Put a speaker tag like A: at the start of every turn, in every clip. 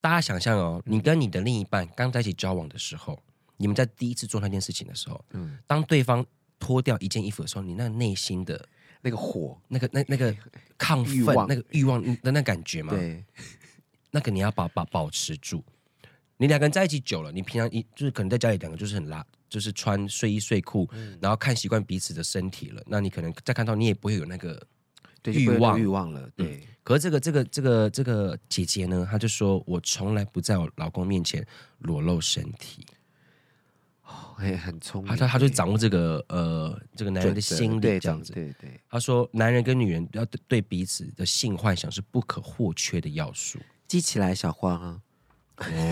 A: 大家想象哦，你跟你的另一半刚在一起交往的时候，你们在第一次做那件事情的时候，
B: 嗯，
A: 当对方脱掉一件衣服的时候，你那内心的
B: 那个火，
A: 那个那那个亢
B: 欲
A: 奋
B: 望、
A: 那个欲望的那感觉嘛，
B: 对，
A: 那个你要把把保持住。你两个人在一起久了，你平常一就是可能在家里两个就是很拉，就是穿睡衣睡裤，
B: 嗯
A: 然后看习惯彼此的身体了，那你可能再看到你也不会有那个
B: 对，
A: 欲
B: 就不会有那个
A: 望
B: 欲望嗯了，对，
A: 可是这个这个这个这个姐姐呢，她就说我从来不在我老公面前裸露身体，
B: 很很聪明
A: 她
B: 欸，
A: 她她就掌握这个呃这个男人的
B: 准则
A: 心理
B: 对
A: 这样子。
B: 对对，
A: 她说，男人跟女人要对对彼此的性幻想是不可或缺的要素。
B: 记起来，小花啊，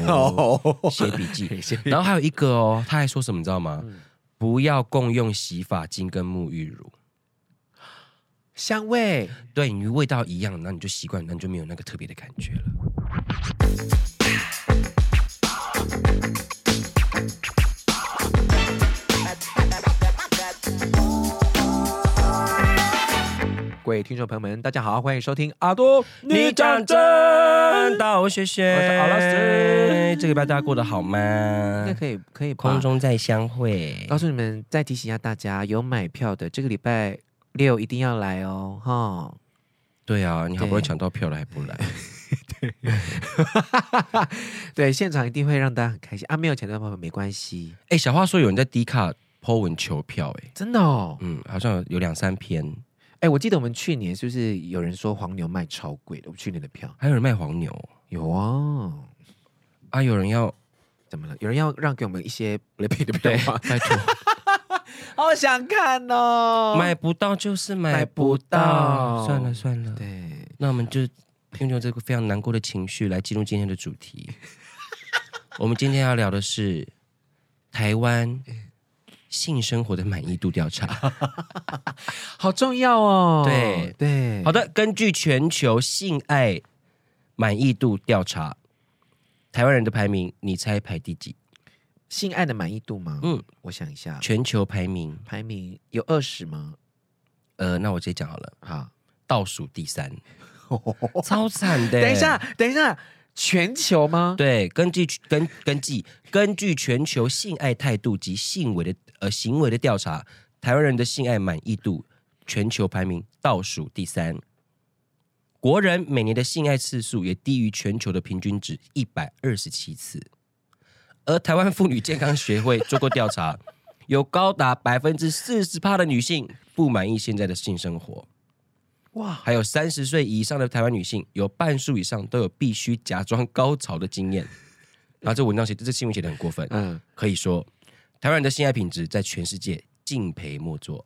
A: 哦，写笔 记。然后还有一个哦，她还说什么你知道吗？
B: 嗯
A: 不要共用洗发精跟沐浴乳，
B: 香味，
A: 对你味道一样，那你就习惯，那你就没有那个特别的感觉了。
B: 各位听众朋友们，大家好，欢迎收听阿多，
A: 真，大家好，我是雪雪，
B: 我是阿拉斯
A: 这个礼拜大家过得好吗
B: 应该？可以啊可以吧
A: 空中再相会
B: 告。诉你们，再提醒一下大家，有买票的这个礼拜六一定要来哦，哈。
A: 对啊，你好不容易
B: 对
A: 抢到票了还不来？
B: 对，现场一定会让大家很开心啊！没有钱的朋友没关系，
A: 哎，小花说有人在迪卡 po 文求票，哎，
B: 真的哦。
A: 嗯，好像有有两三篇，
B: 哎，我记得我们去年是不是有人说黄牛卖超贵的？我们去年的票
A: 还有人卖黄牛
B: 有啊，
A: 啊，有人要
B: 怎么了？有人要让给我们一些礼品的票吗？
A: 拜托。
B: 好想看 哦！
A: 买不到就是买
B: 买
A: 不
B: 不
A: 到，
B: 到
A: 算了算了，
B: 对，
A: 那我们就用用这个非常难过的情绪来进入今天的主题。我们今天要聊的是台湾性生活的满意度调查。
B: 好重要哦。
A: 对
B: 对，
A: 好的，根据全球性爱满意度调查，台湾人的排名，你猜排第几？
B: 性爱的满意度吗？
A: 嗯
B: 嗯，我想一下，
A: 全球排名，
B: 排名有二十吗？
A: 呃，那我直接讲好了，
B: 好，
A: 倒数第 三，超惨的。
B: 哦等一下，等一下，全球吗？
A: 对，根据根根据根据全球性爱态度及性为的呃行为的调查，台湾人的性爱满意度全球排名倒数第三。国人每年的性爱次数也低于全球的平均值一百二十七次，而台湾妇女健康学会做过调查，有高达百分之四十趴的女性不满意现在的性生活。
B: 哇，
A: 还有三十岁以上的台湾女性，有半数以上都有必须假装高潮的经验。然后这文章写，这新闻写的很过分，
B: 嗯，
A: 可以说台湾人的性爱品质在全世界敬陪莫做。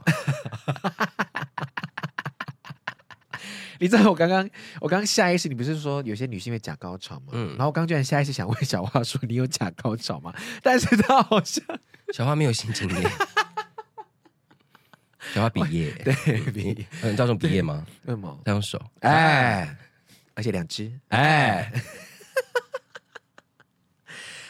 B: 你知道我刚刚，我刚刚下意识，你不是说有些女性会假高潮吗？
A: 嗯
B: 嗯，然后我刚居然下意识想问小花说你有假高潮吗？但是她好像
A: 小花没有性经验，小花毕业，
B: 对，比
A: 嗯，你知道怎么毕业吗？
B: 为什么？
A: 她用手，啊
B: 哎，而且两只，
A: 哎，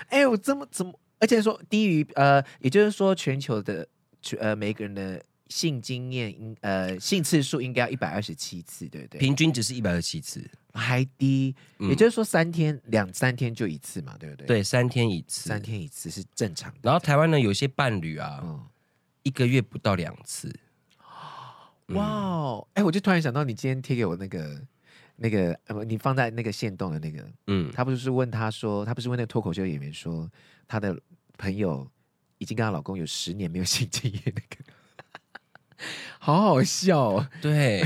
B: 哎，我这么怎么？而且说低于呃，也就是说全球的全呃每一个人的性经验应呃性次数应该要一百二十七次，对不对？
A: 平均值是一百二十七次，
B: 还低，
A: 嗯
B: 也就是说三天两三天就一次嘛，对不对？，
A: 对，三天一次
B: 三。天一次是正常的。
A: 然后台湾呢，有些伴侣啊，
B: 嗯，
A: 一个月不到两次。
B: 哇哦，哎，我就突然想到你今天贴给我那个那个，呃，不你放在那个线动的那个，
A: 嗯，
B: 他不是问他说，他不是问那个脱口秀演员说，他的朋友已经跟她老公有十年没有性经验那个， 好好笑、哦。
A: 对。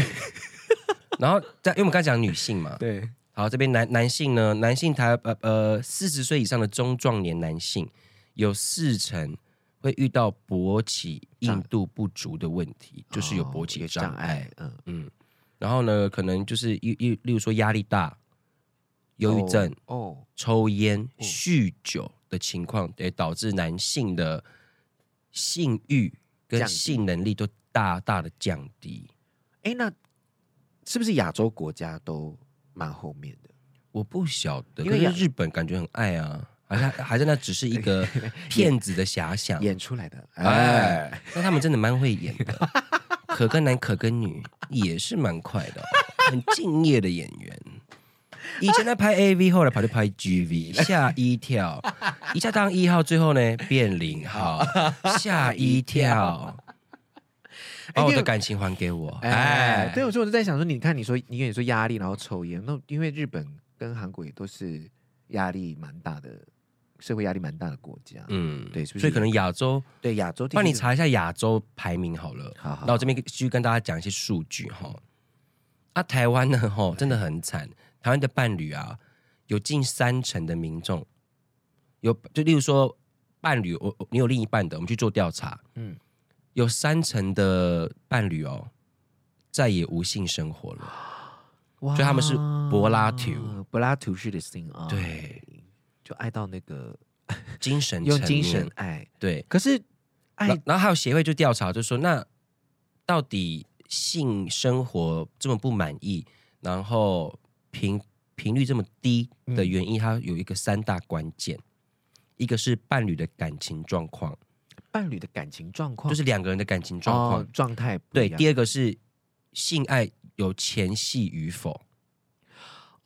A: 然后在，因为我们刚才讲女性嘛，
B: 对，
A: 好，这边男男性呢，男性台呃呃四十岁以上的中壮年男性，有四成会遇到勃起硬度不足的问题，就是有勃
B: 哦
A: 起
B: 有
A: 障
B: 障
A: 碍。
B: 碍，嗯，
A: 嗯，然后呢，可能就是一一例如说压力大、忧郁症、
B: 哦，
A: 抽烟、酗酒的情况，也导致男性的性欲跟
B: 降低
A: 性能力都大大的降低。
B: 哎、那是不是亚洲国家都蛮后面的？
A: 我不晓得，
B: 因
A: 可
B: 为
A: 是
B: 亚
A: 日本感觉很爱啊，还是还是那只是一 个骗子的遐想。
B: 演出来的，哎，
A: 哎，那他们真的蛮会演 的，可跟男可跟女也是蛮快的哦、很敬业的演员。以前在拍 AV，后来跑去拍 GV，吓一跳，一下当一号，最后呢变零 号，吓一跳，把我的感情还给我。
B: 哎
A: 哎，，
B: 对，我说我就在想说，你看你说你跟你说压力，然后抽烟，那因为日本跟韩国也都是压力蛮大的，社会压力蛮大的国家，
A: 嗯，
B: 对是不是
A: 所以可能亚洲，
B: 对亚洲地区，
A: 帮你查一下亚洲排名好了。
B: 好，好好，
A: 那我这边继续跟大家讲一些数据哈。啊，台湾呢，哈，真的很惨。台湾的伴侣啊，有近三成的民众有，就例如说伴侣，我我你有另一半的，我们去做调查，
B: 嗯
A: 嗯，有三成的伴侣哦，再也无性生活了。
B: 所
A: 所以他们是柏拉图，
B: 柏拉图式的性爱，
A: 对，
B: 就爱到那个
A: 精神
B: 用
A: 层
B: 精
A: 面
B: 神爱，
A: 对，
B: 可是爱
A: 然然后还有协会就调查，就说那到底性生活这么不满意，然后频频率这么低的原因，它有一个三大关键，一个是伴侣的感情状况，
B: 伴侣的感情状况，
A: 就是两个人的感情状况；
B: 哦状态不一
A: 对，
B: 样
A: 第二个是性爱有前戏与否，嗯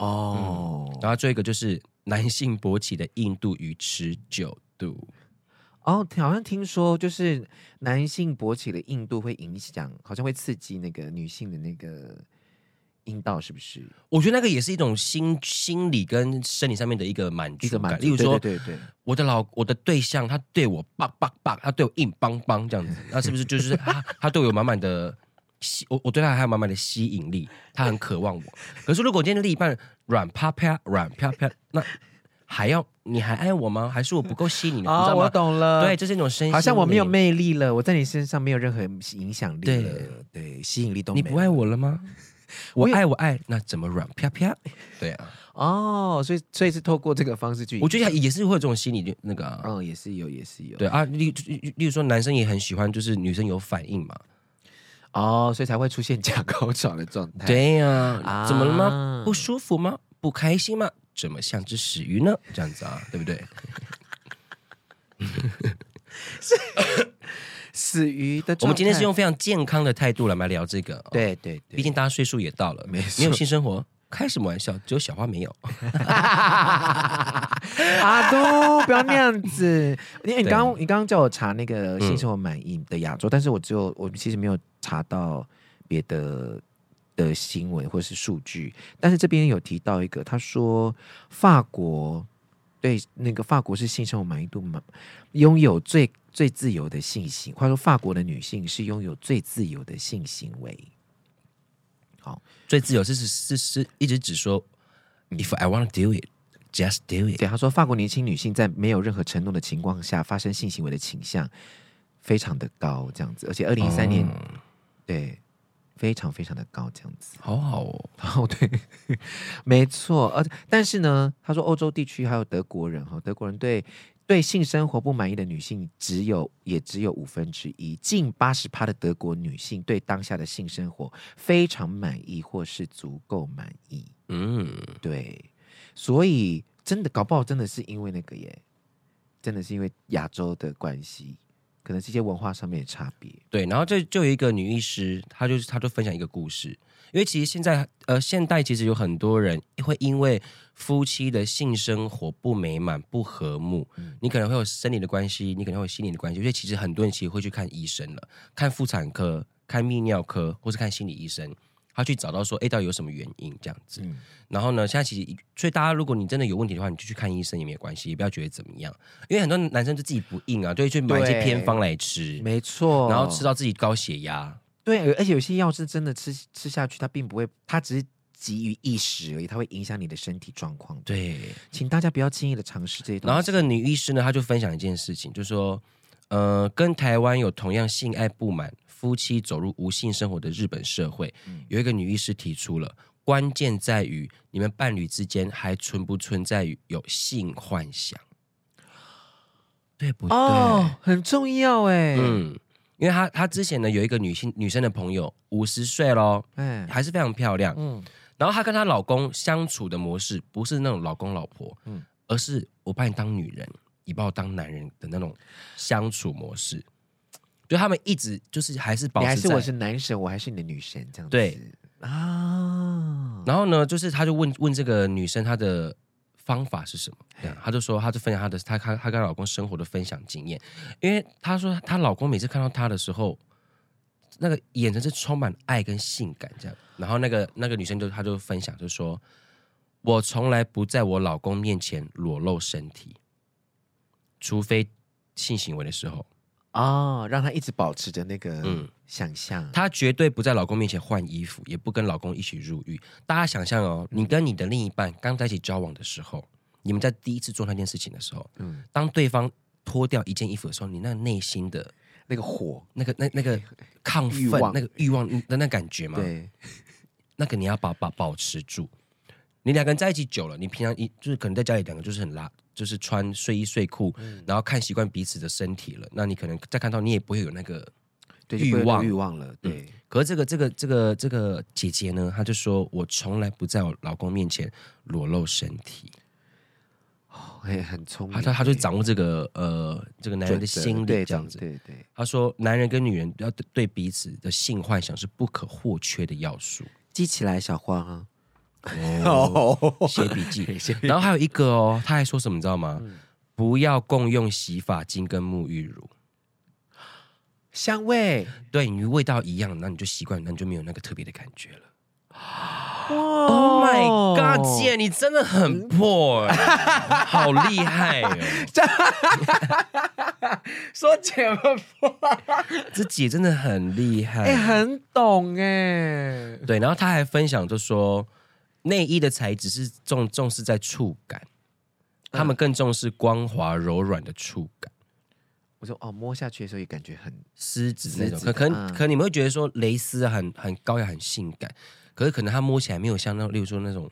B: 哦
A: 然后最后一个就是男性勃起的硬度与持久度。
B: 哦，好像听说就是男性勃起的硬度会影响，好像会刺激那个女性的那个阴道，是不是？
A: 我觉得那个也是一种心心理跟生理上面的一个满
B: 一
A: 足
B: 个
A: 感
B: 满，足，
A: 例如说，啊
B: 对对对对
A: 我的老我的对象，他对我棒棒棒，他对我硬邦邦这样 子，那是不是就是他他对我有满满的吸，我我对他还有满满的吸引力，他很渴 望我。可是如果今天的另一半软趴趴软啪啪，那还要你还爱我吗？还是我不够吸引你？你知
B: 啊，
A: 道
B: 我
A: 吗？
B: 懂了，
A: 对，，这是一种身心
B: 好像我没有
A: 灵
B: 魅力了，我在你身上没有任何影响力
A: 对
B: 了，对，吸引力都没
A: 你
B: 有
A: 不爱我了吗？
B: 我
A: 我
B: 有
A: 爱我爱，那怎么软啪啪？对 啊，
B: 哦，所以所以是透过这个方式去影响，
A: 我觉得也是会有这种心理的那个、啊。
B: 嗯也是有，也是有，
A: 对啊，例例例如说，男生也很喜欢，就是女生有反应嘛。
B: 哦，所以才会出现假高潮的状态，，
A: 对呀、
B: 啊
A: 怎么了吗？不舒服吗？不开心吗？怎么像只死鱼呢？这样子 啊，对不对？
B: 死鱼的状态，
A: 我们今天是用非常健康的态度来来聊这个、哦，
B: 对对对，
A: 毕竟大家岁数也到了，
B: 没错
A: 你有性生活，开什么玩笑？只有小花没有。
B: 阿都不要那样子。你你刚刚你刚刚叫我查那个性生活满意的亚洲，但是我只有我其实没有查到别的的新闻或是数据，但是这边有提到一个，他说法国对那个法国是性生活满意度满拥有最最自由的性行，或者说法国的女性是拥有最自由的性行为。
A: 最自由是是是是，一直只说，if I want to do it, just do it。
B: 嗯对，他说法国年轻女性在没有任何承诺的情况下发生性行为的倾向非常的高，这样子，而且二零一三年、
A: 哦
B: 对非常非常的高，这样子。
A: 好好哦，
B: 哦，对，没错。而但是呢，他说欧洲地区还有德国人哈，德国人对对性生活不满意的女性只有也只有五分之一，近八十趴的德国女性对当下的性生活非常满意或是足够满意。
A: 嗯，
B: 对，所以真的搞不好真的是因为那个耶，真的是因为亚洲的关系，可能是一些文化上面的差别。
A: 对。然后这就有一个女医师，她就是她就分享一个故事，因为其实现在呃现代其实有很多人会因为夫妻的性生活不美满不和睦，
B: 嗯
A: 你可能会有生理的关系，你可能会有心理的关系，所以其实很多人其实会去看医生了，看妇产科、看泌尿科，或是看心理医生，他去找到说，哎，到底有什么原因这样子。
B: 嗯
A: 然后呢，现在其实，所以大家如果你真的有问题的话，你就去看医生也没有关系，也不要觉得怎么样，因为很多男生就自己不硬啊，就会去买一些
B: 对
A: 偏方来吃，
B: 没错，
A: 然后吃到自己高血压。
B: 对，而且有些药是真的吃吃下去，它并不会，它只是急于一时而已，它会影响你的身体状况。，
A: 对，
B: 请大家不要轻易的尝试这些东西。
A: 然后这个女医师呢，她就分享一件事情，就说，呃，跟台湾有同样性爱不满，夫妻走入无性生活的日本社会，有一个女医师提出了，关键在于你们伴侣之间还存不存在于有性幻想，对不对？
B: 哦，很重要哎，
A: 嗯，因为她她之前呢有一个女性女生的朋友，五十岁咯，
B: 哎，
A: 还是非常漂亮，
B: 嗯，
A: 然后她跟她老公相处的模式不是那种老公老婆，
B: 嗯
A: 而是我把你当女人，你把我当男人的那种相处模式。就他们一直就是还是保
B: 你
A: 持在
B: 还是我是男神，我还是你的女神这样子。
A: 对，
B: 啊，
A: 然后呢，就是他就问问这个女生她的方法是什么，这样她就说她就分享她的她她她跟她老公生活的分享经验，因为她说她老公每次看到她的时候，那个眼神是充满爱跟性感这样，然后那个那个女生就她就分享就说，我从来不在我老公面前裸露身体，除非性行为的时候，
B: 哦，让他一直保持着那个
A: 嗯
B: 想象。
A: 她绝对不在老公面前换衣服，也不跟老公一起入浴。大家想象哦，你跟你的另一半刚在一起交往的时候，你们在第一次做那件事情的时候，
B: 嗯
A: 嗯，当对方脱掉一件衣服的时候，你那内心的
B: 那个火，
A: 那个那那个亢
B: 欲
A: 奋
B: 望、
A: 那个欲望的那感觉嘛，
B: 对，
A: 那个你要保保保持住。你两个人在一起久了，你平常一就是可能在家里两个就是很拉，就是穿睡衣睡裤，
B: 嗯
A: 然后看习惯彼此的身体了，那你可能再看到你也不会有那个
B: 对，就不
A: 欲
B: 会有
A: 望嗯
B: 欲望了，对，
A: 可是这个这个这个这个姐姐呢，她就说我从来不在我老公面前裸露身体，
B: 很很聪明
A: 她
B: 欸，
A: 她她就掌握这个呃这个男人的
B: 准则
A: 心理
B: 对
A: 这样
B: 掌
A: 子。
B: 对对，
A: 她说男人跟女人要对对彼此的性幻想是不可或缺的要素。
B: 记起来，小花啊，
A: 哦，写笔记。然后还有一个哦，她还说什么你知道吗？
B: 嗯
A: 不要共用洗发精跟沐浴乳。
B: 香味，
A: 对你味道一样，那你就习惯，那你就没有那个特别的感觉了。
B: 哇哦
A: Oh my god，姐，你真的很破、欸，好厉害 哦！
B: 说姐们
A: 这姐真的很厉害。
B: 哎，很懂哎，
A: 对，然后她还分享就说，内衣的材质是重重视在触感，
B: 嗯
A: 他们更重视光滑柔软的触感，
B: 我说哦，摸下去的时候也感觉很
A: 丝质那种。
B: 丝
A: 可
B: 质
A: 可
B: 嗯
A: 能可能你们会觉得说蕾丝很很高雅很性感，可是可能它摸起来没有像那例如说那种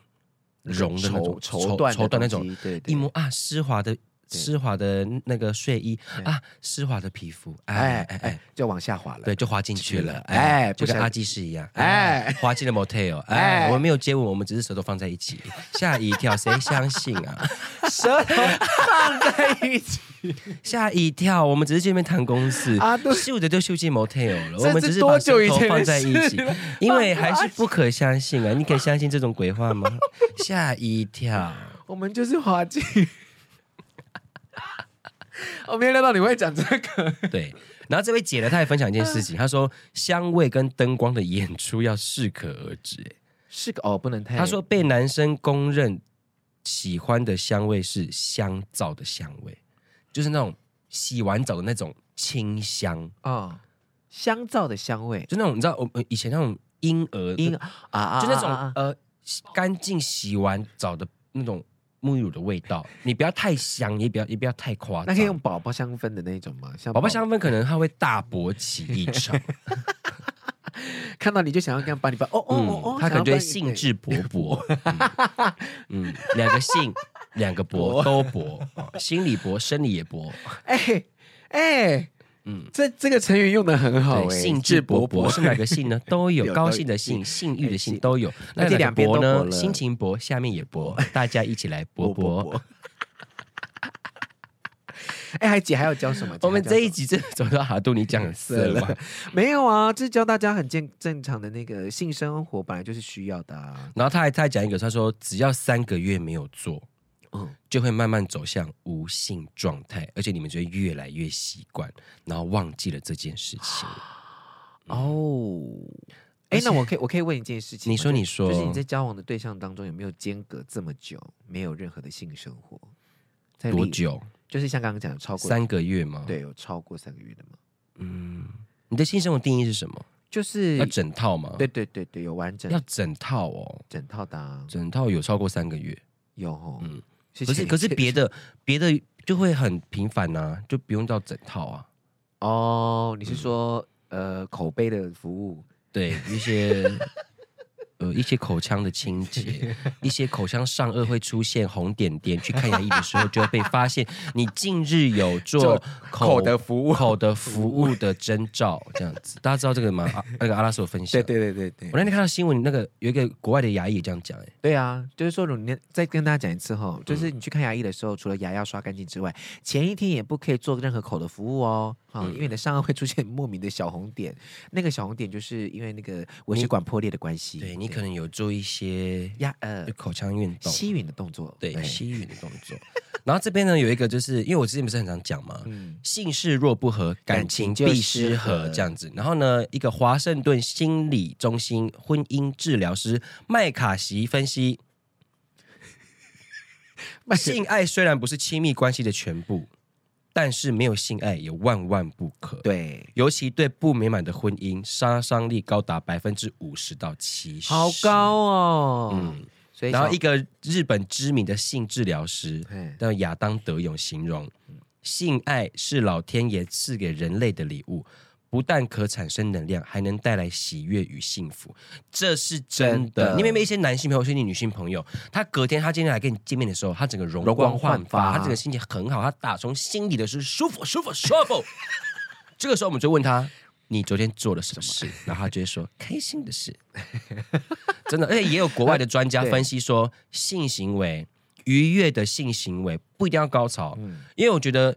A: 绒的那种
B: 绸缎
A: 绸缎那种
B: 东西，对，对
A: 一摸啊，湿滑的湿滑的那个睡衣啊，湿滑的皮肤，
B: 哎
A: 哎
B: 哎
A: 哎
B: 哎
A: 哎，，
B: 就往下滑了，
A: 对，就滑进去了，
B: 哎
A: 哎，就
B: 不
A: 跟
B: 小
A: 阿基师一样，
B: 哎
A: 哎，滑进了 motel，
B: 哎
A: 哎，我们没有接吻，我们只是舌头放在一起，吓一跳，谁相信 啊？
B: 舌头放在一起，
A: 吓一跳，我们只是见面谈公事
B: 啊对，
A: 秀的就秀进 motel 了，
B: 这
A: 我们只是把
B: 是多久以
A: 舌头
B: 前的
A: 放在一
B: 事
A: 起
B: 了，
A: 因为还是不可相信啊！你可以相信这种鬼话 吗？吓一跳。
B: 我们就是滑 稽。我没有料到你会讲这个，
A: 对，然后这位姐呢，她也分享一件事
B: 嗯
A: 情，她说香味跟灯光的演出要适可而止。欸
B: 是个哦，不能太。
A: 她说被男生公认喜欢的香味是香皂的香味，就是那种洗完澡的那种清香，
B: 哦，香皂的香味，
A: 就那种你知道我们以前那种婴儿，呃
B: 因
A: 就
B: 啊啊，
A: 那种
B: 啊啊
A: 呃洗干净洗完澡的那种沐浴乳的味道，你不要太香，也不要也不要太夸
B: 那可以用
A: 张。
B: 宝宝香氛的那种吗？像
A: 宝宝香氛可能它会大勃起异 常，
B: 看到你就想要跟他把你把哦哦哦哦
A: 嗯，，他
B: 想
A: 感
B: 要
A: 觉
B: 把你
A: 兴致勃勃， 嗯，嗯两个性，两个勃都勃，哦心理勃，生理也勃，
B: 哎哎，嗯
A: 嗯，
B: 这这个成语用的很好
A: 对，
B: 哎，
A: 兴致勃勃是哪个性 呢？都
B: 有
A: 有，
B: 都有
A: 高兴的兴，性欲的
B: 哎
A: 性都有。
B: 而
A: 那
B: 且
A: 哪
B: 两
A: 个
B: 边都
A: 勃
B: 勃了
A: 呢？心情勃，下面也 勃，大家一起来勃
B: 勃
A: 勃。
B: 勃。 哎，还姐还要教什么？
A: 我们
B: 姐还
A: 这
B: 要教
A: 一集真的走到哈杜尼讲很色 了吧？
B: 什么没有啊，这教大家很健正常的那个性生活，本来就是需要的啊。
A: 然后他还他还讲一个，他说只要三个月没有做，
B: 嗯，
A: 就会慢慢走向无性状态，而且你们就会越来越习惯，然后忘记了这件事情。嗯
B: 哦，哎，那我可以我可以问一件事情吗，
A: 你说，
B: 就
A: 你说，
B: 就是你在交往的对象当中有没有间隔这么久，没有任何的性生活？在
A: 多
B: 里？
A: 久？
B: 就是像刚刚讲的，超过
A: 三个月吗？，
B: 对，有超过三个月的吗？
A: 嗯，你的性生活定义是什么？
B: 就是
A: 要整套吗？
B: 对，对对对，有完整
A: 要整套哦，
B: 整套的、啊，
A: 整套有超过三个月。
B: 有吼，嗯
A: 嗯，
B: 可
A: 可是可是别的别的就会很频繁呐、就不用到整套啊。
B: 哦，
A: 嗯
B: 你是说、呃口碑的服务
A: 对，一些呃一些口腔的清 洁，一些口腔上颚会出现红点点，去看牙医的时候就会被发现你近日有做
B: 做
A: 口
B: 服
A: 口的服务的征兆，这样子，大家知道这个吗？啊、那个阿拉斯有分享
B: 对，对对对
A: 我
B: 对，
A: 那天看到新闻，那个有一个国外的牙医也这样讲、欸，
B: 对啊，就是说，如果你再跟大家讲一次
A: 嗯
B: 哈，就是你去看牙医的时候，除了牙要刷干净之外，前一天也不可以做任何口的服务哦，啊，
A: 嗯
B: 因为你的上颚会出现莫名的小红点，那个小红点就是因为那个微血管破裂的关系。
A: 对你可能有做一些
B: 压呃
A: 口腔运动，
B: 吸吮的动作，
A: 对吸吮的动作。然后这边呢有一个，就是因为我之前不是很常讲嘛，
B: 嗯，
A: 姓氏若不合，感
B: 感情
A: 情
B: 就
A: 必
B: 失
A: 失
B: 和
A: 和这样子。然后呢，一个华盛顿心理中心婚姻治疗师麦卡锡分析，
B: 麦
A: 性爱虽然不是亲密关系的全部，但是没有性爱也万万不可。
B: 对，
A: 尤其对不美满的婚姻，杀伤力高达百分之五十到七十，
B: 好高。哦。
A: 嗯
B: 所以
A: 然后
B: 小
A: 一个日本知名的性治疗师，
B: 嘿
A: 叫亚当德勇形容，性爱是老天爷赐给人类的礼物，不但可产生能量，还能带来喜悦与幸福。这是真
B: 真
A: 的。
B: 的
A: 你有没有一些男性朋友，甚至女性朋友，他隔天他今天来跟你见面的时候，他整个容
B: 容光
A: 光焕
B: 焕
A: 发，他
B: 发
A: 整个心情很好，他打从心底的是舒服、舒服、舒 服。这个时候我们就问他。你昨天做了什么事？然后他就会说开心的事， 真的，而且也有国外的专家
B: 对
A: 分析说，性行为愉悦的性行为不一定要高潮，
B: 嗯
A: 因为我觉得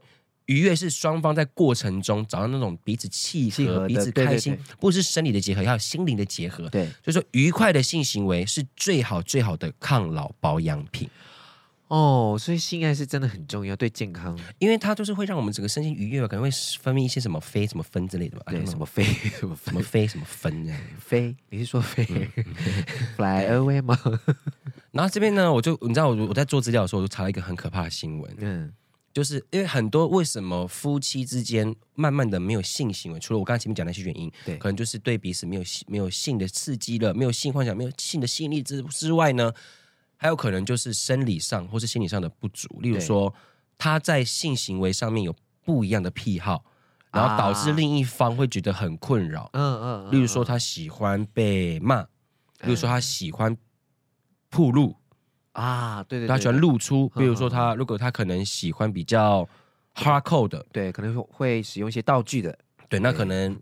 A: 愉悦是双方在过程中找到那种彼此契
B: 契合的
A: 合、彼此
B: 对对
A: 开心，不是生理的结合，要有心灵的结合。
B: 对
A: 所以说，愉快的性行为是最好最好的抗老保养品，
B: 哦，所以性爱是真的很重要，对健康，
A: 因为它就是会让我们整个身心愉悦，可能会分泌一些什么啡、什么酚之类的吧，
B: 对
A: 还是
B: 什
A: 什么
B: 么飞什么
A: 什么啡、
B: 飞
A: 什么酚这样。
B: 飞，你是说飞
A: 嗯
B: fly away 吗？
A: 然后这边呢，我就你知道，我我在做资料的时候，我就查了一个很可怕的新闻，
B: 嗯，
A: 就是因为很多为什么夫妻之间慢慢的没有性行为，除了我刚才前面讲的那些原因，
B: 对
A: 可能就是对彼此没有性没有性的刺激了，没有性幻想，没有性的吸引力之之外呢，还有可能就是生理上或是心理上的不足，例如
B: 对
A: 说他在性行为上面有不一样的癖好，然后导致
B: 啊
A: 另一方会觉得很困扰，
B: 嗯嗯，嗯
A: 例如说，他喜欢被骂，例如说他喜欢铺路，
B: 啊，对对，
A: 他
B: 对
A: 喜欢
B: 对
A: 露出，
B: 嗯
A: 比如说他如果他可能喜欢比较 hardcore 的，
B: 对，可能会会使用一些道具的，
A: 对，那可能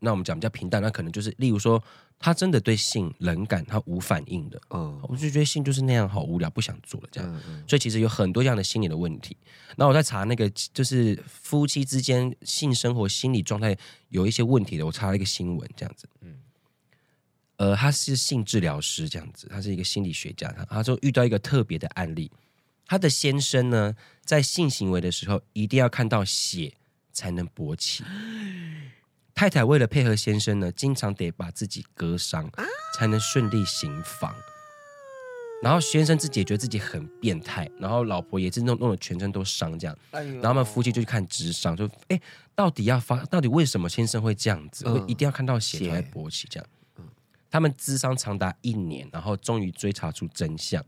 A: 那我们讲比较平淡，那可能就是例如说他真的对性冷感，他无反应的，
B: 嗯
A: 我就觉得性就是那样好无聊，不想做了这样。
B: 嗯嗯，
A: 所以其实有很多这样的心理的问题。那我在查那个就是夫妻之间性生活心理状态有一些问题的，我查了一个新闻这样子。嗯，呃，他是性治疗师这样子，他是一个心理学家，他他说遇到一个特别的案例，他的先生呢在性行为的时候一定要看到血才能勃起。太太为了配合先生呢，经常得把自己割伤，才能顺利行房。然后先生自己也觉得自己很变态，然后老婆也是弄弄得全身都伤这样，然后他们夫妻就去看智商，就哎，到底要发，到底为什么先生会这样子？
B: 嗯
A: 会一定要看到血
B: 血
A: 才会勃起这样？他们智商长达一年，然后终于追查出真相。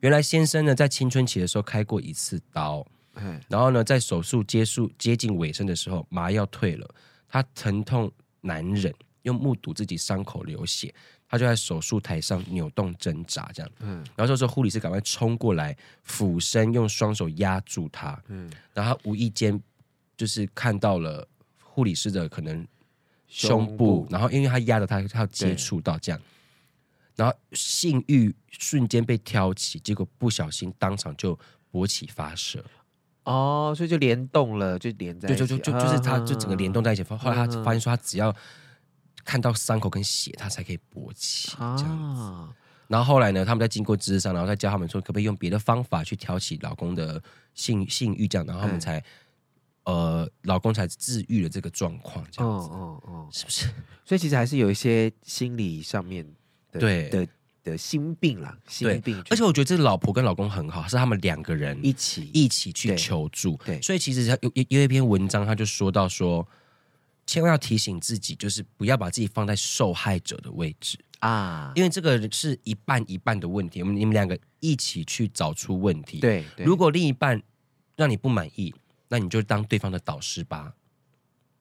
A: 原来先生呢，在青春期的时候开过一次刀，
B: 哎
A: 然后呢，在手术结束接近尾声的时候，麻药退了，他疼痛难忍，又目睹自己伤口流血，他就在手术台上扭动挣扎，这样。
B: 嗯
A: 然后这时候护理师赶快冲过来，俯身用双手压住他，
B: 嗯，
A: 然后他无意间就是看到了护理师的可能胸部，
B: 胸部
A: 然后因为他压着他，他有接触到这样，然后性欲瞬间被挑起，结果不小心当场就勃起发射。
B: 哦，所以就联动了，就连在一
A: 对，就
B: 起，
A: 就就就是他就整个联动在一起。后来他
B: 啊嗯
A: 发现说，他只要看到伤口跟血，他才可以勃起
B: 啊
A: 这样。
B: 啊，
A: 然后后来呢，他们在经过智商，然后再教他们说，可不可以用别的方法去挑起老公的性性欲这样，然后他们
B: 嗯
A: 才、呃，老公才治愈了这个状况这
B: 哦
A: 样子，
B: 哦哦，
A: 是不是？
B: 所以其实还是有一些心理上面的
A: 对
B: 的的心病啦，心
A: 对
B: 病去，
A: 而且我觉得这老婆跟老公很好，是他们两个人
B: 一起
A: 一起去
B: 对
A: 求助。
B: 对
A: 所以其实他有有有一篇文章，他就说到说，千万要提醒自己，就是不要把自己放在受害者的位置。
B: 啊，
A: 因为这个是一半一半的问题，我们你们两个一起去找出问题。，
B: 对，对
A: 如果另一半让你不满意，那你就当对方的导师吧，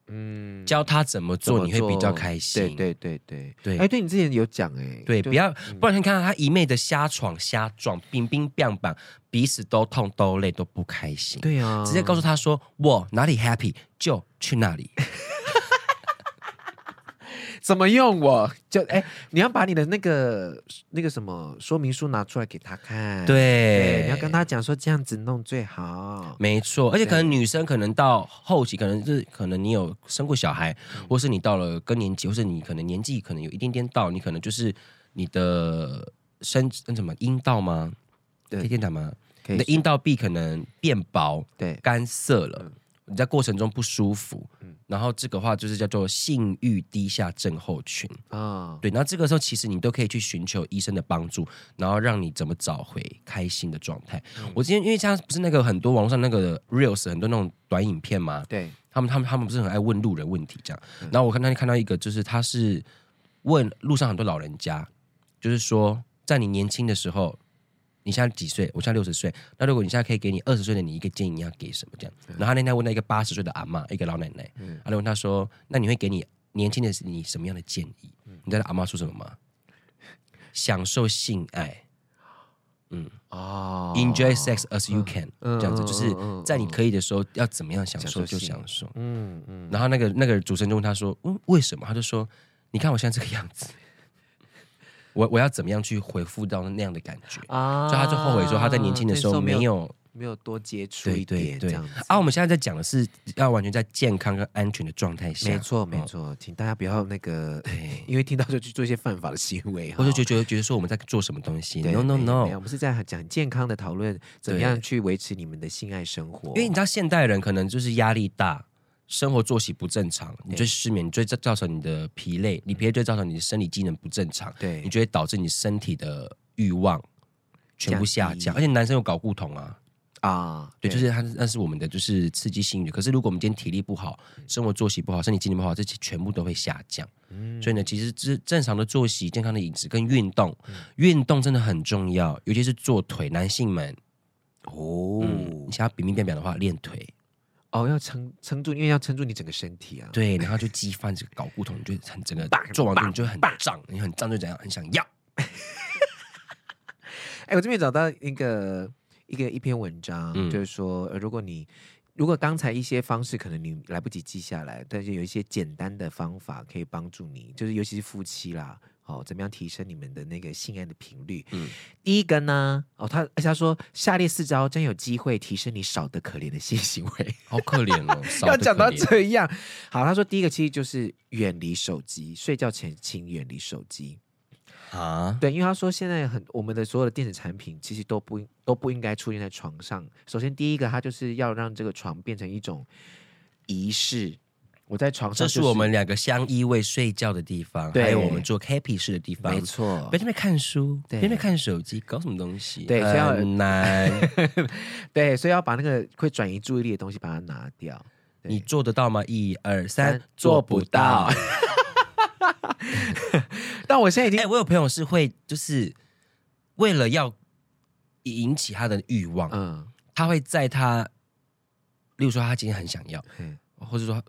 B: 嗯
A: 教他怎么
B: 怎
A: 做，
B: 么
A: 你会比较
B: 做
A: 开心。
B: 对对对对，
A: 对
B: 哎，对你之前有讲哎，
A: 对
B: 就
A: 不要不然你看到他一昧的瞎闯瞎撞，冰冰棒棒，彼此都痛都累都不开心。
B: 对啊，
A: 直接告诉他 说我哪里 happy 就去那里，
B: 怎么用我？就哎、你要把你的那个那个什么说明书拿出来给他看，
A: 对
B: 对，你要跟他讲说这样子弄最好。
A: 没错，而且可能女生可能到后期，可能是可能你有生过小孩，
B: 嗯
A: 或是你到了更年期，或是你可能年纪可能有一点点到，你可能就是你的生那什么阴道吗？
B: 对
A: 可以这样讲吗？
B: 可
A: 你
B: 以
A: 的阴道壁可能变薄、
B: 对嗯
A: 干涩了，你在过程中不舒服，然后这个话就是叫做性欲低下症候群。
B: 啊，
A: 对，那这个时候其实你都可以去寻求医生的帮助，然后让你怎么找回开心的状态。我今天因为像不是那个很多网络上那个 reels 很多那种短影片嘛，
B: 对，
A: 他们他们他们不是很爱问路人问题这样，
B: 嗯
A: 然后我看他看到一个就是他是问路上很多老人家，就是说在你年轻的时候。你现在几岁？我现在六十岁。那如果你现在可以给你二十岁的你一个建议，你要给什么？这样。
B: 嗯
A: 然后他那天问到一个八十岁的阿嬷，一个老奶奶，他就问他说：“那你会给你年轻的你什么样的建议？”
B: 嗯
A: 你知道他阿嬷说什么吗？享受性爱
B: 哦
A: ，enjoy sex as you can，
B: 嗯
A: 这样子就是
B: 嗯嗯嗯
A: 在你可以的时候要怎么样享受就
B: 享
A: 享受。
B: 嗯嗯，
A: 然后那个那个主持人就问他说：“嗯，为什么？”他就说：“你看我现在这个样子，我我要怎么样去回复到那样的感觉？”
B: 啊
A: 所以他就后悔说他在年轻的时候没
B: 有
A: 有
B: 啊没有多接触
A: 对
B: 一
A: 对
B: 点这
A: 对
B: 样子。
A: 啊！我们现在在讲的是要完全在健康跟安全的状态下，
B: 没错，没
A: 哦，
B: 错，请大家不要那个，
A: 对
B: 因为听到就去做一些犯法的行为哈。
A: 我就觉得觉得觉得说我们在做什么东西
B: 对
A: ？No No
B: 没
A: No，
B: 没有我们是在讲健康的讨论，怎么
A: 对
B: 样去维持你们的性爱生活。
A: 因为你知道现代人可能就是压力大，生活作息不正常，你就会失眠，你就会造造成你的疲累，你疲累就会造成你的生理机能不正常，
B: 对
A: 你就会导致你身体的欲望全部下
B: 降
A: 降，
B: 低
A: 而且男生有睾固酮啊。
B: 啊，
A: 对，就是它，那是我们的就是刺激性欲。可是如果我们今天体力不好，生活作息不好，身体机能不好，这些全部都会下降。
B: 嗯
A: 所以呢，其实正正常的作息、健康的饮食跟运动，运动真的很重要，尤其是做腿，男性们，
B: 哦
A: 嗯，你想要比命变表的话，练腿。
B: 哦，要撑撑住，因为要撑住你整个身体啊。
A: 对，然后就激发这个睾固酮，你就很整个
B: 棒
A: 做完之后你就会很
B: 棒
A: 胀，你很胀就怎样，很想要。
B: 哎，我这边找到一个一个一篇文章，
A: 嗯
B: 就是说，呃如果你如果刚才一些方式可能你来不及记下来，但是有一些简单的方法可以帮助你，就是尤其是夫妻啦，哦，怎么样提升你们的那个性爱的频率？
A: 嗯
B: 嗯，第一个呢，哦，他而且他说下列四招将有机会提升你少得可怜的性行为。
A: 好可怜 哦，少
B: 要
A: 得
B: 讲
A: 可
B: 到
A: 怜
B: 这样，好，他说第一个其实就是远离手机，睡觉前请远离手机。
A: 啊，
B: 对，因为他说现在很我们的所有的电子产品其实都不应都不应该出现在床上。首先第一个，它就是要让这个床变成一种仪式。我在床上、
A: 这是我们两个相依偎睡觉的地方，还
B: 对
A: 有我们做 happy 事的地方。
B: 没，错
A: 别在，那边看书，别在
B: 对
A: 那边看手机，搞什么东西？
B: 对所以要
A: 很难。
B: 对，所以要把那个会转移注意力的东西把它拿掉。对
A: 你做得到吗？一二三
B: 三，做不到。 但我现在已经、
A: 哎，我有朋友是会，就是为了要引起他的欲望，
B: 嗯，
A: 他会在他，例如说他今天很想要，
B: 嘿
A: 或者说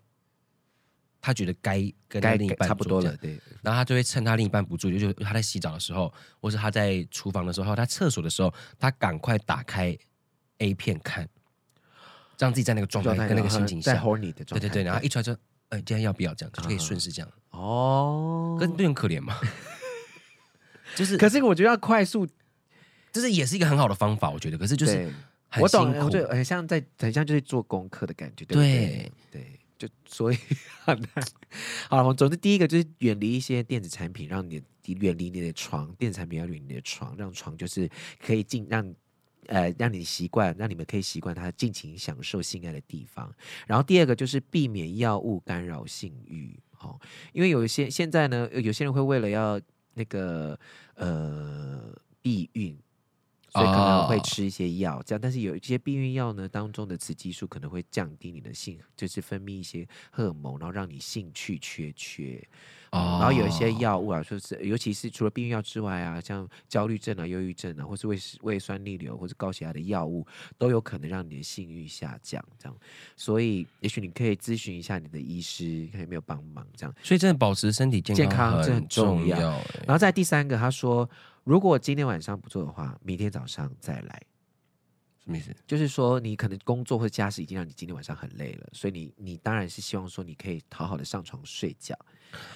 A: 他觉得该跟他
B: 该
A: 另一
B: 该
A: 半
B: 差不
A: 做
B: 多
A: 这
B: 了，
A: 样，
B: 对，
A: 然后他就会趁他另一半不注意，就是他在洗澡的时候，或是他在厨房的时候，他厕所的时候，他赶快打开 A 片看，让自己在那个状态跟那个心情
B: 在
A: 下，
B: horny
A: 对
B: 的状态，
A: 对
B: 嗯
A: 对，然后一出来就，哎，今天要不要这样，就可以顺势这样，
B: 哦，
A: 可是对很可怜嘛， 就是
B: 可是我觉得要快速，
A: 这是也是一个很好的方法，我觉得，可是就是
B: 对
A: 很
B: 我
A: 辛
B: 懂，我
A: 苦
B: 觉，得很像在很像就是做功课的感觉，对不
A: 对
B: 对？对，就所以很难。好了，总之第一个就是远离一些电子产品，让你远离你的床，电子产品要远离你的床，让床就是可以进让。呃，让你习惯，让你们可以习惯它尽情享受性爱的地方。然后第二个就是避免药物干扰性欲，哦，因为有一些现在呢，呃有些人会为了要那个呃避孕，所以可能会
A: 哦
B: 吃一些药，这样。但是有一些避孕药呢，当中的雌激素可能会降低你的性，就是分泌一些荷尔蒙，然后让你兴趣缺缺。然后有一些
A: 哦
B: 药物啊，就是尤其是除了避孕药之外啊，像焦虑症啊、忧郁症啊，或是胃胃酸逆流或是高血压的药物，都有可能让你的性欲下降。这样，所以也许你可以咨询一下你的医师，看有没有帮忙这样。
A: 所以真的保持身体健
B: 健康这
A: 很
B: 很重要
A: 要哎
B: 然后再第三个，他说，如果今天晚上不做的话，明天早上再来。
A: 什么意思？
B: 就是说你可能工作或者家事已经让你今天晚上很累了，所以你你当然是希望说你可以好好的上床睡觉，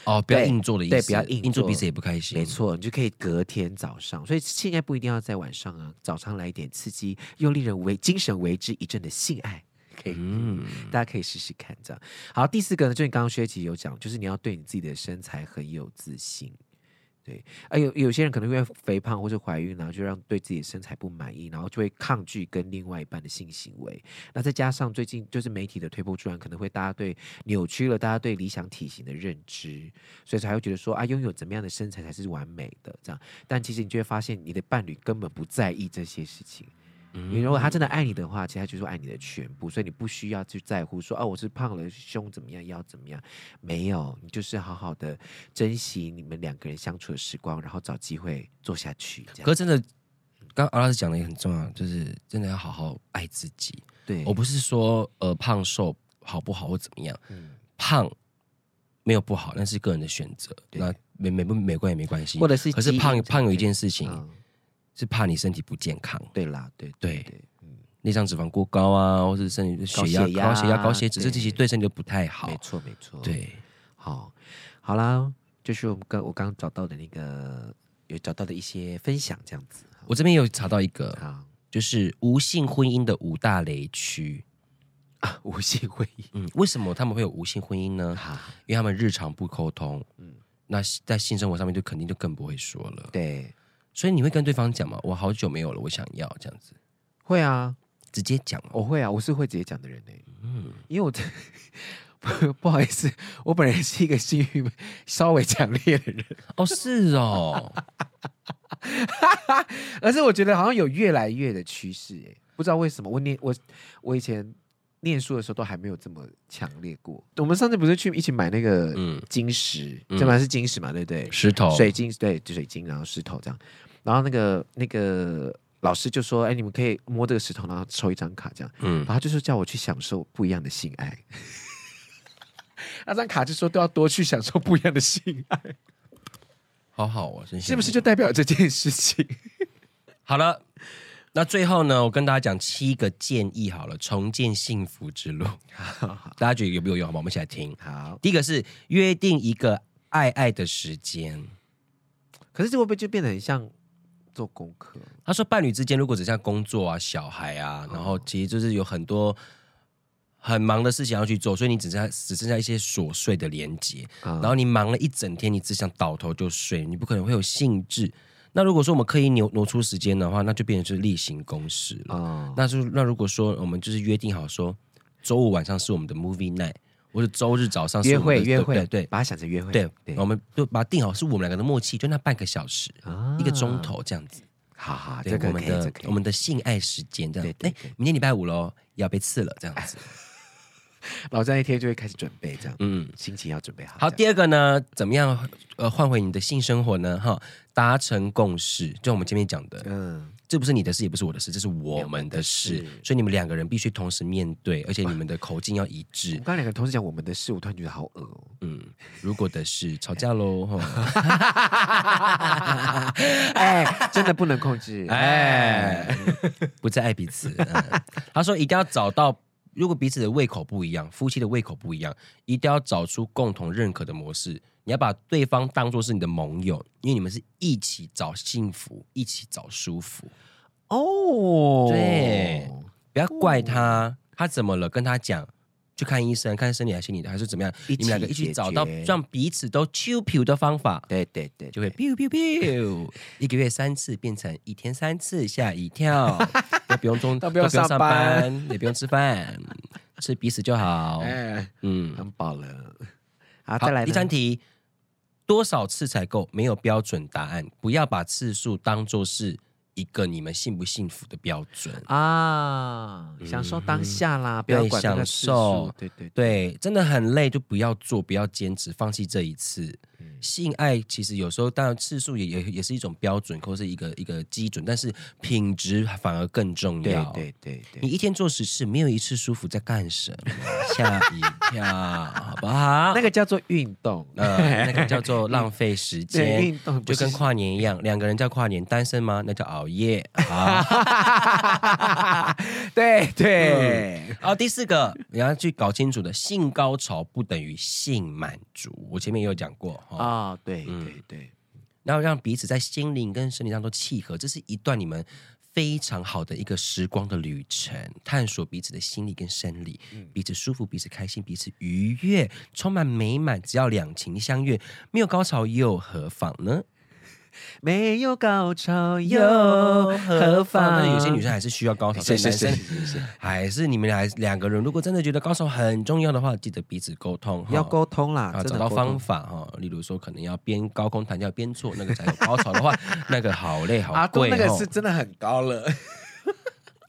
A: 哦，不要
B: 对
A: 硬做的意思，
B: 对不要硬
A: 硬做，
B: 做
A: 彼此也不开心。
B: 没，错，你就可以隔天早上。所以性爱不一定要在晚上啊，早上来一点刺激，又令人为精神为之一振的性爱，可以。
A: 嗯，
B: 大家可以试试看，这样。好，第四个呢，就是你刚刚薛琪有讲，就是你要对你自己的身材很有自信。对，啊，有有些人可能因为肥胖或是怀孕，然后就让对自己的身材不满意，然后就会抗拒跟另外一半的性行为。那再加上最近就是媒体的推波助澜，可能会大家对扭曲了大家对理想体型的认知，所以才会觉得说啊，拥有怎么样的身材才是完美的这样。但其实你就会发现，你的伴侣根本不在意这些事情。你如果他真的爱你的话，其实他就是爱你的全部，所以你不需要去在乎说哦，我是胖了，胸怎么样，腰怎么样，没有，你就是好好的珍惜你们两个人相处的时光，然后找机会做下去，这
A: 可
B: 样
A: 是真的，刚刚阿拉斯讲的也很重要，就是真的要好好爱自己。
B: 对
A: 我，不是说呃胖瘦好不好或怎么样，
B: 嗯
A: 胖没有不好，那是个人的选择，
B: 对
A: 那没没不美观也没关系
B: 或。者是
A: 可是
B: 基因
A: 胖
B: 怎么
A: 胖有一
B: 样
A: 件事情、
B: 嗯
A: 是怕你身体不健康，
B: 对啦，对
A: 对
B: 对，嗯，
A: 内脏脂肪过高啊，或者身体血压
B: 高血压
A: 高血压高血脂，这
B: 对
A: 其实对身体都不太好
B: 没。错没错，，
A: 对，
B: 好，好啦，就是我们刚我刚刚找到的那个有找到的一些分享，这样子，
A: 我这边有查到一个，
B: 好，
A: 就是无性婚姻的五大雷区。
B: 啊， 无性会 议，
A: 嗯，为什么他们会有无性婚姻呢？
B: 好，
A: 因为他们日常不沟通，
B: 嗯
A: 嗯，那在性生活上面就肯定就更不会说了。
B: 对，
A: 所以你会跟对方讲嘛？我好久没有了，我想要这样子，
B: 会啊，
A: 直接讲哦。
B: 我会啊，我是会直接讲的人呢、
A: 嗯
B: 因为我这不 不好意思，我本人是一个性欲稍微强烈的人，
A: 哦，是哦，
B: 而是我觉得好像有越来越的趋势哎，不知道为什么，我念我我以前念书的时候都还没有这么强烈过。我们上次不是去一起买那个
A: 嗯
B: 晶石，
A: 嗯
B: 这把是晶石嘛，对不对？
A: 石头
B: 水晶对水晶，然后石头这样，然后那个那个老师就说，哎，你们可以摸这个石头，然后抽一张卡这样。
A: 嗯
B: 然，后他就是叫我去享受不一样的性爱。 那张卡就说都要多去享受不一样的性爱，
A: 好好哦，真
B: 是不是
A: 就
B: 就代表这件事 情？
A: 好了？那最后呢，我跟大家讲七个建议好了，重建幸福之路，
B: 好，
A: 大家觉得有没有用？好吗？我们一起来听。第一个是约定一个爱爱的时间。
B: 可是这会不会就变得很像做功课？
A: 他说，伴侣之间如果只像工作啊、小孩啊，
B: 嗯
A: 然后其实就是有很多很忙的事情要去做，所以你只剩下只剩下一些琐碎的连接。
B: 啊
A: 然后你忙了一整天，你只想倒头就睡，你不可能会有兴致。那如果说我们刻意挪挪出时间的话，那就变成是例行公事了。
B: 哦，
A: 那就那如果说我们就是约定好说，周五晚上是我们的 movie night，或者周日早上是
B: 约
A: 我们
B: 会
A: 的
B: 约会，
A: 对对
B: 把它想成约会，
A: 对对，我
B: 啊
A: 们就把它定好是我们两个的默契，就那半个小时、一个钟，头这样子。
B: 啊好好，
A: 对
B: 这个
A: 啊我
B: 可
A: 们
B: 以，这
A: 的
B: 个可以
A: 我们的性爱时间这样。
B: 对
A: 哎
B: 对对，哎
A: 明天礼拜五喽，要被刺了这样子。
B: 老张一天就会开始准备，这样，
A: 嗯，
B: 心情要准备好。
A: 好，
B: 这样
A: 第二个呢，怎么样呃换回你的性生活呢？哈，达成共识，就我们前面讲的，
B: 嗯，
A: 这不是你的事，也不是我的事，这是我们的事
B: 我们的事，
A: 所以你们两个人必须同时面对，而且你们的口径要一
B: 我
A: 致
B: 们。刚刚两个同事讲我们的事，我突然觉得好恶哦。
A: 嗯，如果的事吵架喽，哈，
B: 哎，真的不能控制，哎，
A: 哎，不再爱彼此。嗯他说一定要找到，如果彼此的胃口不一样，夫妻的胃口不一样，一定要找出共同认可的模式。你要把对方当做是你的盟友，因为你们是一起找幸福，一起找舒服。
B: 哦，
A: 对不要怪他，他怎么了？跟他讲，去看医生，看生理还是心理的，还是怎么样？
B: 一
A: 你
B: 起
A: 们两个一
B: 解
A: 起
B: 决
A: 找到让彼此都 q p 的方法，
B: 对对对，
A: 就会
B: 对
A: biu biu biu，一 个月三次变成一天三次，吓一 跳，都不用中，
B: 都不用
A: 上
B: 上班
A: 班也不用吃饭，吃彼此就好。
B: 哎，
A: 嗯，
B: 很饱了。好，
A: 好
B: 再，来
A: 第
B: 呢
A: 三题，多少次才够？没有标准答案，不要把次数当做是一个你们幸不幸福的标准。
B: 啊，享受当下啦，不要
A: 嗯对
B: 管那个
A: 享
B: 次数
A: 受
B: 对对，嗯
A: 对，真的很累，就不要做，不要坚持，放弃这一次。性爱其实有时候当然次数也也也是一种标准或是一个一个基准，但是品质反而更重
B: 对
A: 要。
B: 对对对
A: 你一天做十次，没有一次舒服，在干什么？ 吓一跳，好不好？
B: 那个叫做运动，
A: 呃，那个叫做浪费时
B: 对
A: 间，
B: 运动不
A: 就是跟跨年一样，两个人叫跨年，单身吗？那叫熬夜 啊。
B: 对对，
A: 然后第四个，你要去搞清楚的，性高潮不等于性满足，我前面也有讲过哈。
B: 啊对
A: 嗯
B: 对对，
A: 然后让彼此在心灵跟身体上都契合，这是一段你们非常好的一个时光的旅程，探索彼此的心理跟生理，
B: 嗯
A: 彼此舒服，彼此开心，彼此愉悦，充满美满。只要两情相悦，没有高潮又何妨呢？
B: 没有高潮又何
A: 何
B: 妨？
A: 但是有些女生还是需要高潮，所
B: 是
A: 以
B: 是
A: 男
B: 是
A: 生
B: 是是，
A: 还是你们俩两个人，如果真的觉得高潮很重要的话，记得彼此沟通，哈
B: 要沟通啦，
A: 啊，
B: 真
A: 找
B: 的
A: 到
B: 沟
A: 方
B: 通
A: 法哈、例如说可能要边高空弹跳边做，那个才有高潮的 话，那个好累好
B: 阿公
A: 贵
B: 那个
A: 哦
B: 是真的很高了，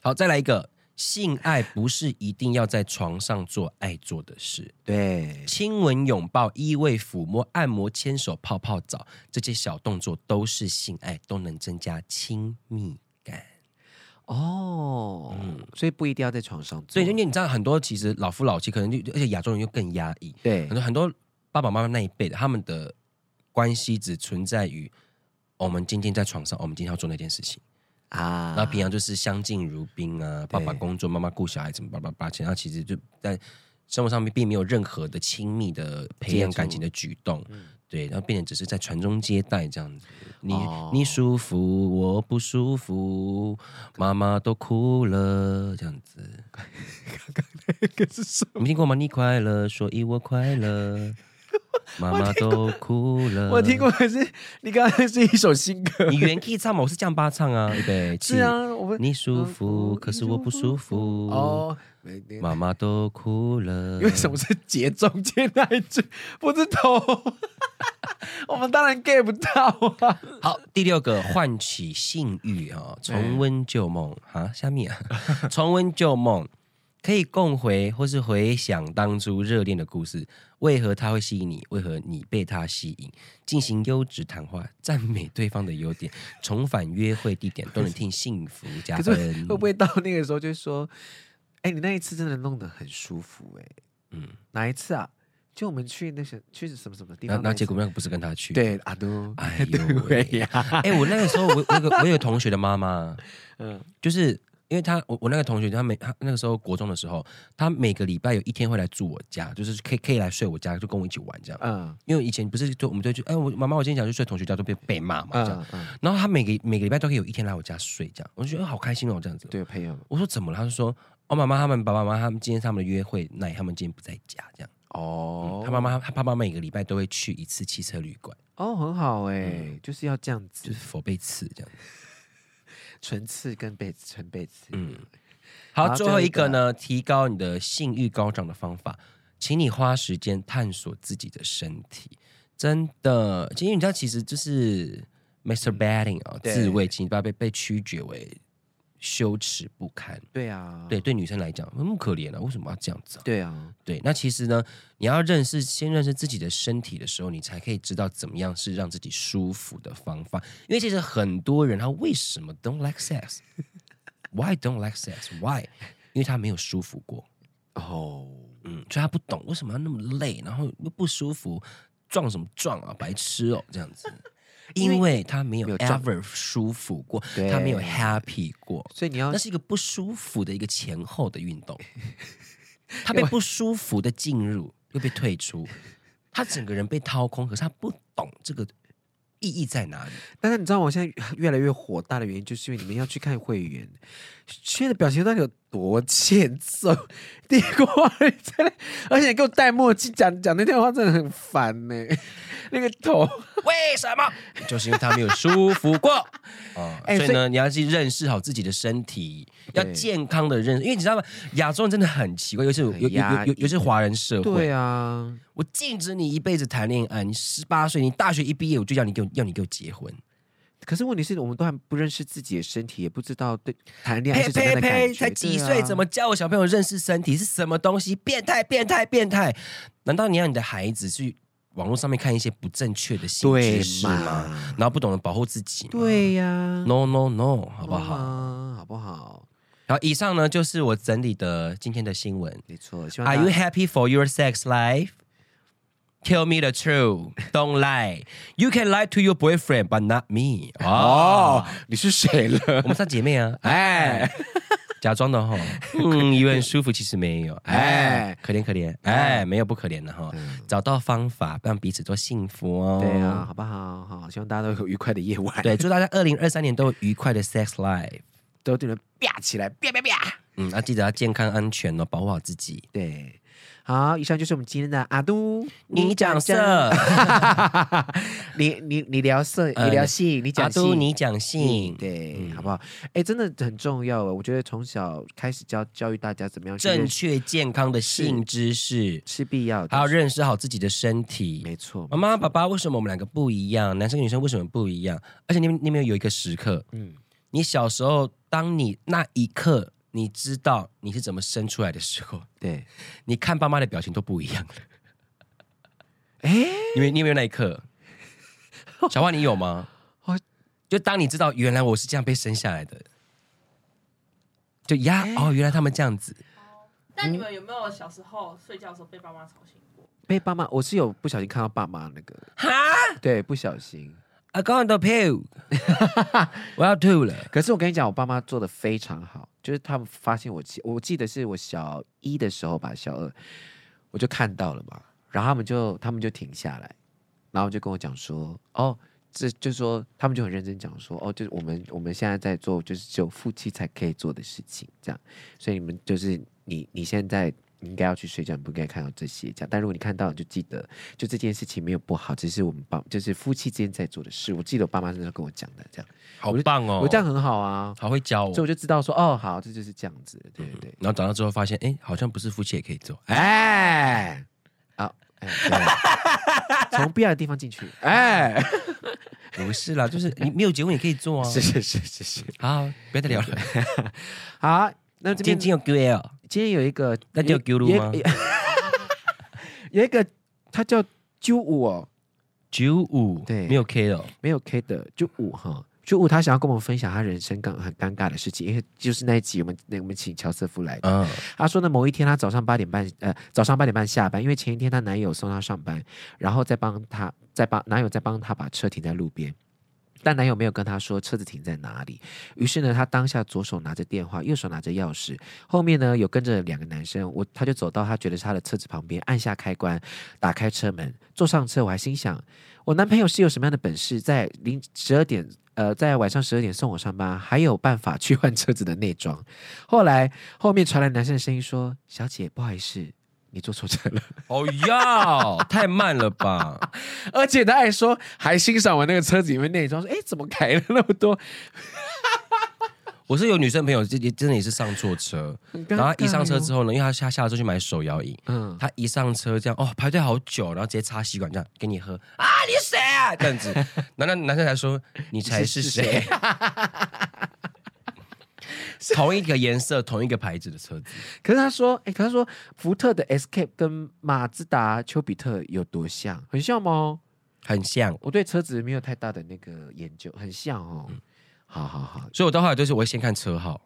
A: 好，再来一个，性爱不是一定要在床上做爱做的事，
B: 对
A: 亲吻、拥抱、依偎、抚摸、按摩、牵手、泡泡澡，这些小动作都是性爱，都能增加亲密感。
B: 哦，所以不一定要在床上
A: 所
B: 做
A: 以，嗯因为你知道很多其实老夫老妻可能就，而且亚洲人又更压抑，
B: 对
A: 很多很多爸爸妈妈那一辈的，他们的关系只存在于哦我们今天在床上，我们今天要做那件事情。
B: 啊，
A: 那平常就是相敬如宾啊，爸爸
B: 对
A: 工作，妈妈顾小孩，怎么叭叭叭，其他其实就在生活上面并没有任何的亲密的培养
B: 接触
A: 感情的举动。
B: 嗯
A: 对，然后变成只是在传宗接代这样子，你、
B: 哦
A: 你舒服，我不舒服，妈妈都哭了这样子。
B: 可是什
A: 你们听过吗？你快乐，所以我快乐，妈妈都哭了。
B: 我听过，可是你刚才是一首新歌，
A: 你原 key 唱嘛，我是降八唱 啊，预备起
B: 是，啊，我们嗯
A: 你舒服，可是我不舒服。
B: 哦，没没
A: 妈妈都哭了。
B: 因为什么？是节 中间那一句？不是头， 我们当然 get 不到啊。
A: 好，第六个唤起性欲啊、
B: 嗯
A: 哦，重温旧梦啊，虾米啊， 重温旧梦，可以共回或是回想当初热恋的故事，为何他会吸引你？为何你被他吸引？进行优质谈话，赞美对方的优点，重返约会地点，都能替幸福加
B: 可是会
A: 分。
B: 会不会到那个时候就说，哎、你那一次真的弄得很舒服、哎，
A: 嗯
B: 嗯，哪一次啊？就我们去那些去什么什么地
A: 那
B: 方
A: 那
B: 一次
A: 结果那个不是跟他去？，
B: 对阿都，
A: 哎呦
B: 对
A: 喂！
B: 呀、
A: 哎、我那个时候我我有个我有个同学的妈妈，
B: 嗯，
A: 就是因为他，我我那个同学，他每他那个时候国中的时候，他每个礼拜有一天会来住我家，就是可以可以来睡我家，就跟我一起玩这样。
B: 嗯
A: 因为以前不是就我们就去，哎，我妈妈我今天想去睡同学家，都被被骂嘛这样。
B: 嗯嗯，
A: 然后他每个每个礼拜都可以有一天来我家睡这样，我就觉得、哎好开心哦这样子。
B: 对朋友
A: 我说怎么了？他就说。哦，妈妈他们爸爸妈妈他们今天他们的约会，那他们今天不在家，这样。
B: 哦，
A: 嗯他妈妈他爸妈每个礼拜都会去一次汽车旅馆，
B: 哦很好哎、就是要这样
A: 嗯就
B: 子
A: 是，佛被刺这样。
B: 唇刺跟被唇被刺，嗯，
A: 好，
B: 好
A: 最后一个呢，提高你的性欲高涨的方法，请你花时间探索自己的身体。真的，其实你知道，其实就是 Mr. Batting 啊、
B: 对
A: 自慰，其实被被被曲解为羞耻不堪。
B: 对啊，
A: 对，对女生来讲，那么可怜啊，为什么要这样子、啊？
B: 对啊，
A: 对，那其实呢，你要认识先认识自己的身体的时候，你才可以知道怎么样是让自己舒服的方法。因为其实很多人他为什么 don't like sex？Why don't like sex？Why？因为他没有舒服过，
B: 哦。
A: 嗯，所以他不懂为什么要那么累，然后又不舒服，撞什么撞啊，白痴哦，这样子。因为他没有
B: 没有撞
A: ever 舒服过，
B: 对
A: 他没有 happy 过，
B: 所以你要
A: 那是一个不舒服的一个前后的运 动，他被不舒服的进入，又被退出，他整个人被掏空，可是他不懂这个意义在哪里。
B: 但是你知道我现在越来越火大的原因，就是因为你们要去看会员，现在的表情到底有多欠揍？第一个话真的，而且你给我戴墨镜讲讲那段话，真的很烦呢、那个头，
A: 为什么？就是因为他没有舒服 过啊、
B: 哎
A: 所以呢，你要去认识好自己的身体，要
B: 对
A: 健康的认识，因为你知道吗？亚洲人真的很奇怪，尤其是
B: 很
A: 尤尤
B: 压
A: 尤尤其是华人社会
B: 对，啊，
A: 我禁止你一辈子谈恋爱，你十八岁，你大学一毕业，我就要你给我要你给我结婚。
B: 可是问题是我们都还不认识自己的身体，也不知道对谈恋爱
A: 呸
B: 是怎
A: 呸
B: 样的感
A: 呸！
B: 觉，
A: 才几
B: 对啊
A: 岁，怎么教我小朋友认识身体是什么东西？变态，变态，变态！难道你让你的孩子去网络上面看一些不正确的性
B: 对
A: 知识嘛，
B: 嘛？
A: 然后不懂得保护自己嘛。
B: 对呀，
A: ，no no no，好不好？
B: 啊？好不好？
A: 然后以上呢就是我整理的今天的新闻。
B: 没错，希望
A: Are
B: 大
A: you
B: 家
A: happy for your sex life? Tell me the truth. Don't lie. You can lie to your boyfriend, but not me. 哦
B: 哦，，你是谁了？
A: 我们算姐妹啊，
B: 哎
A: 假装 的哈。嗯，以为很舒服，其实没有。哎
B: 哎，嗯
A: 可怜可怜，哎，没有不可怜的哈。找到方法让彼此都幸福哦。
B: 对啊，，好不好？好，希望大家都有愉快的夜晚，
A: 对，祝大家二零二三年都有愉快的 sex life。
B: 都对人啪起来，啪啪啪。
A: 嗯，要、记得要健康安全哦，保护好自己。
B: 对，好，以上就是我们今天的阿都，
A: 你讲色，
B: 你你你聊色，
A: 呃
B: 你聊性，你
A: 阿
B: 讲
A: 都
B: 性，
A: 你嗯讲性，
B: 对，好不好？哎，真的很重要啊！我觉得从小开始教教育大家怎么样去
A: 正
B: 认识
A: 确健康的性知识。
B: 是必要的，
A: 还要认识好自己的身体。
B: 没错
A: 妈，妈、爸爸，为什么我们两个不一样？男生女生为什么不一样？而且你们你们有一个时刻，
B: 嗯，
A: 你小时候，当你那一刻你知道你是怎么生出来的时候，
B: 对，
A: 你看爸妈的表情都不一 样了。
B: 哎，
A: 因为你有没有那一刻？ 小花，你有吗
B: 我？
A: 就当你知道原来我是这样被生下来的，就呀、哦，原来他们这样子。
C: 但你们有没有小时候睡觉的时候被爸妈吵醒过？
B: 被爸妈，我是有不小心看到爸妈那个，
A: 哈，
B: 对，不小心。
A: 阿公都票， 我要吐了。
B: 可是我跟你讲，我爸妈做的非常好，就是他们发现我其，我记得是我小一的时候吧，小二我就看到了嘛，然后他们就他们就停下来，然后就跟我讲说，哦，这就说他们就很认真讲说，哦，就是我们我们现在在做，就是只有夫妻才可以做的事情，这样，所以你们就是你你现在。你应该要去睡觉，你不应该看到这些。这样，但如果你看到，你就记得，就这件事情没有不好，只是我们爸，就是夫妻之间在做的事。我记得我爸妈那时候跟我讲的，这样，
A: 好棒哦！
B: 我这样很好啊。
A: 好会教我
B: 所以我。就知道说，哦，嗯好，这就是这样子，对对对，
A: 然后长大之后发现，哎，好像不是夫妻也可以做。
B: 哎，啊，哎对从必要的地方进去，哎，
A: 不是啦，就是你没有结婚也可以做啊。
B: 是是是是是，
A: 好，不要再聊了。
B: 好，那这
A: 今
B: 边
A: 天有 QL，
B: 今天有一个，
A: 那叫
B: 有
A: Guru 吗？
B: 有一有有一个，他叫啾五哦，
A: 九五
B: 对
A: 没有 K 了。
B: 没有 K 的啾五哈。啾五他想要跟我们分享他人生更很尴尬的事情，因为就是那一集我们那我们请乔瑟夫来的，
A: 嗯，
B: 她说呢，某一天她早上八点半，呃，早上八点半下班，因为前一天她男友送她上班，然后再帮她，再帮男友再帮她把车停在路边。但男友没有跟她说车子停在哪里，于是呢，她当下左手拿着电话，右手拿着钥匙，后面呢有跟着两个男生，我她就走到她觉得是她的车子旁边，按下开关，打开车门，坐上车，我还心想，我男朋友是有什么样的本事，在零十二点，呃，在晚上十二点送我上班，还有办法去换车子的内装。后来后面传来男生的声音说：“小姐，不好意思，你坐错车了。
A: 哦要太慢了吧？”
B: 而且他还说，还欣赏我那个车子里面内装，说：“哎，怎么改了那么多
A: 我是有女生朋友，这真的也是上错车，？”然后她一上车之
B: 后，
A: 后呢，因为她下下车去买手摇饮，
B: 嗯，
A: 她一上车这样哦排队好久，然后直接插吸管这样给你喝啊，你是谁 啊？这样子，男男男生才说你才是谁？ 同一个颜色、同一个牌子的车子，
B: 可是他说：“哎，可是他说福特的 Escape 跟马自达丘比特有多像？很像吗？
A: 很像。
B: 我对车子没有太大的那个研究，很像哦。好好好，
A: 所以我到后来就是我会先看车号。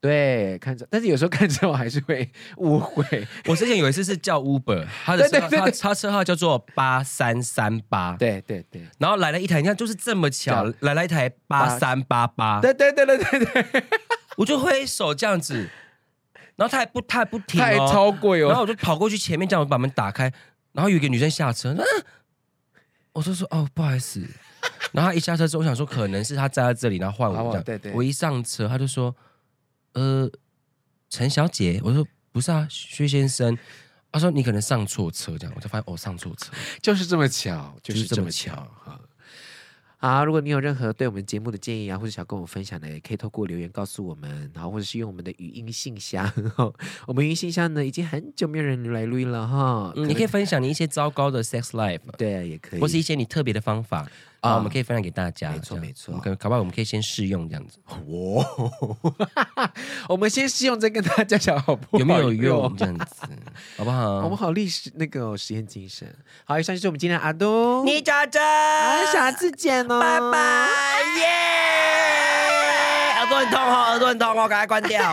B: 对，看着，但是有时候看着我还是会误会。
A: 我之前有一次是叫 Uber，他的车
B: 对对对
A: 他他车号叫做八三三八，
B: 对对对，
A: 然后来了一台，你看就是这么巧，来了一台八三八八，
B: 对对对对对对，
A: 我就挥手这样子，然后他还不他还不停
B: 太
A: 哦，
B: 超贵
A: 然后
B: 哦。
A: 我就跑过去前面这样，我把门打开，然后有一个女生下车，啊我就说哦不好意思，然后她一下车之后，我想说可能是她站在这里，然后换
B: 好
A: 我
B: 啊
A: 这样，
B: 对对
A: 我一上车，她就说呃陈小姐，我说不是啊薛先生。她说：“你可能上错车，这样我才发现哦，上错车。
B: 就是这么巧，就
A: 就是
B: 是
A: 这
B: 这
A: 么
B: 么
A: 巧
B: 巧哈。啊，如果你有任何对我们节目的建议啊，或者想跟我们分享的，也可以透过留言告诉我们，然后或者是用我们的语音信箱。哈我们语音信箱呢，已经很久没有人来录音了哈。
A: 嗯你可
B: 以
A: 以分享你一些糟糕的 sex life，
B: 对，也可以。
A: 或是一些你特别的方法，啊，
B: 啊
A: 我们可以分享给大家。
B: 没错
A: 这样
B: 没
A: 我
B: 错
A: 们可搞不好我们可以先试用这 样子，
B: 我们先试用，再跟大家讲好不好？
A: 有没有用？这样子，好不
B: 我们
A: 好？
B: 好历史那个哦实验精神。好，以上就是我们今天的阿东，
A: 找着，
B: 啊，下次见哦，
A: 拜拜，耶！耳朵很痛哦，耳朵很痛哦，赶快关掉。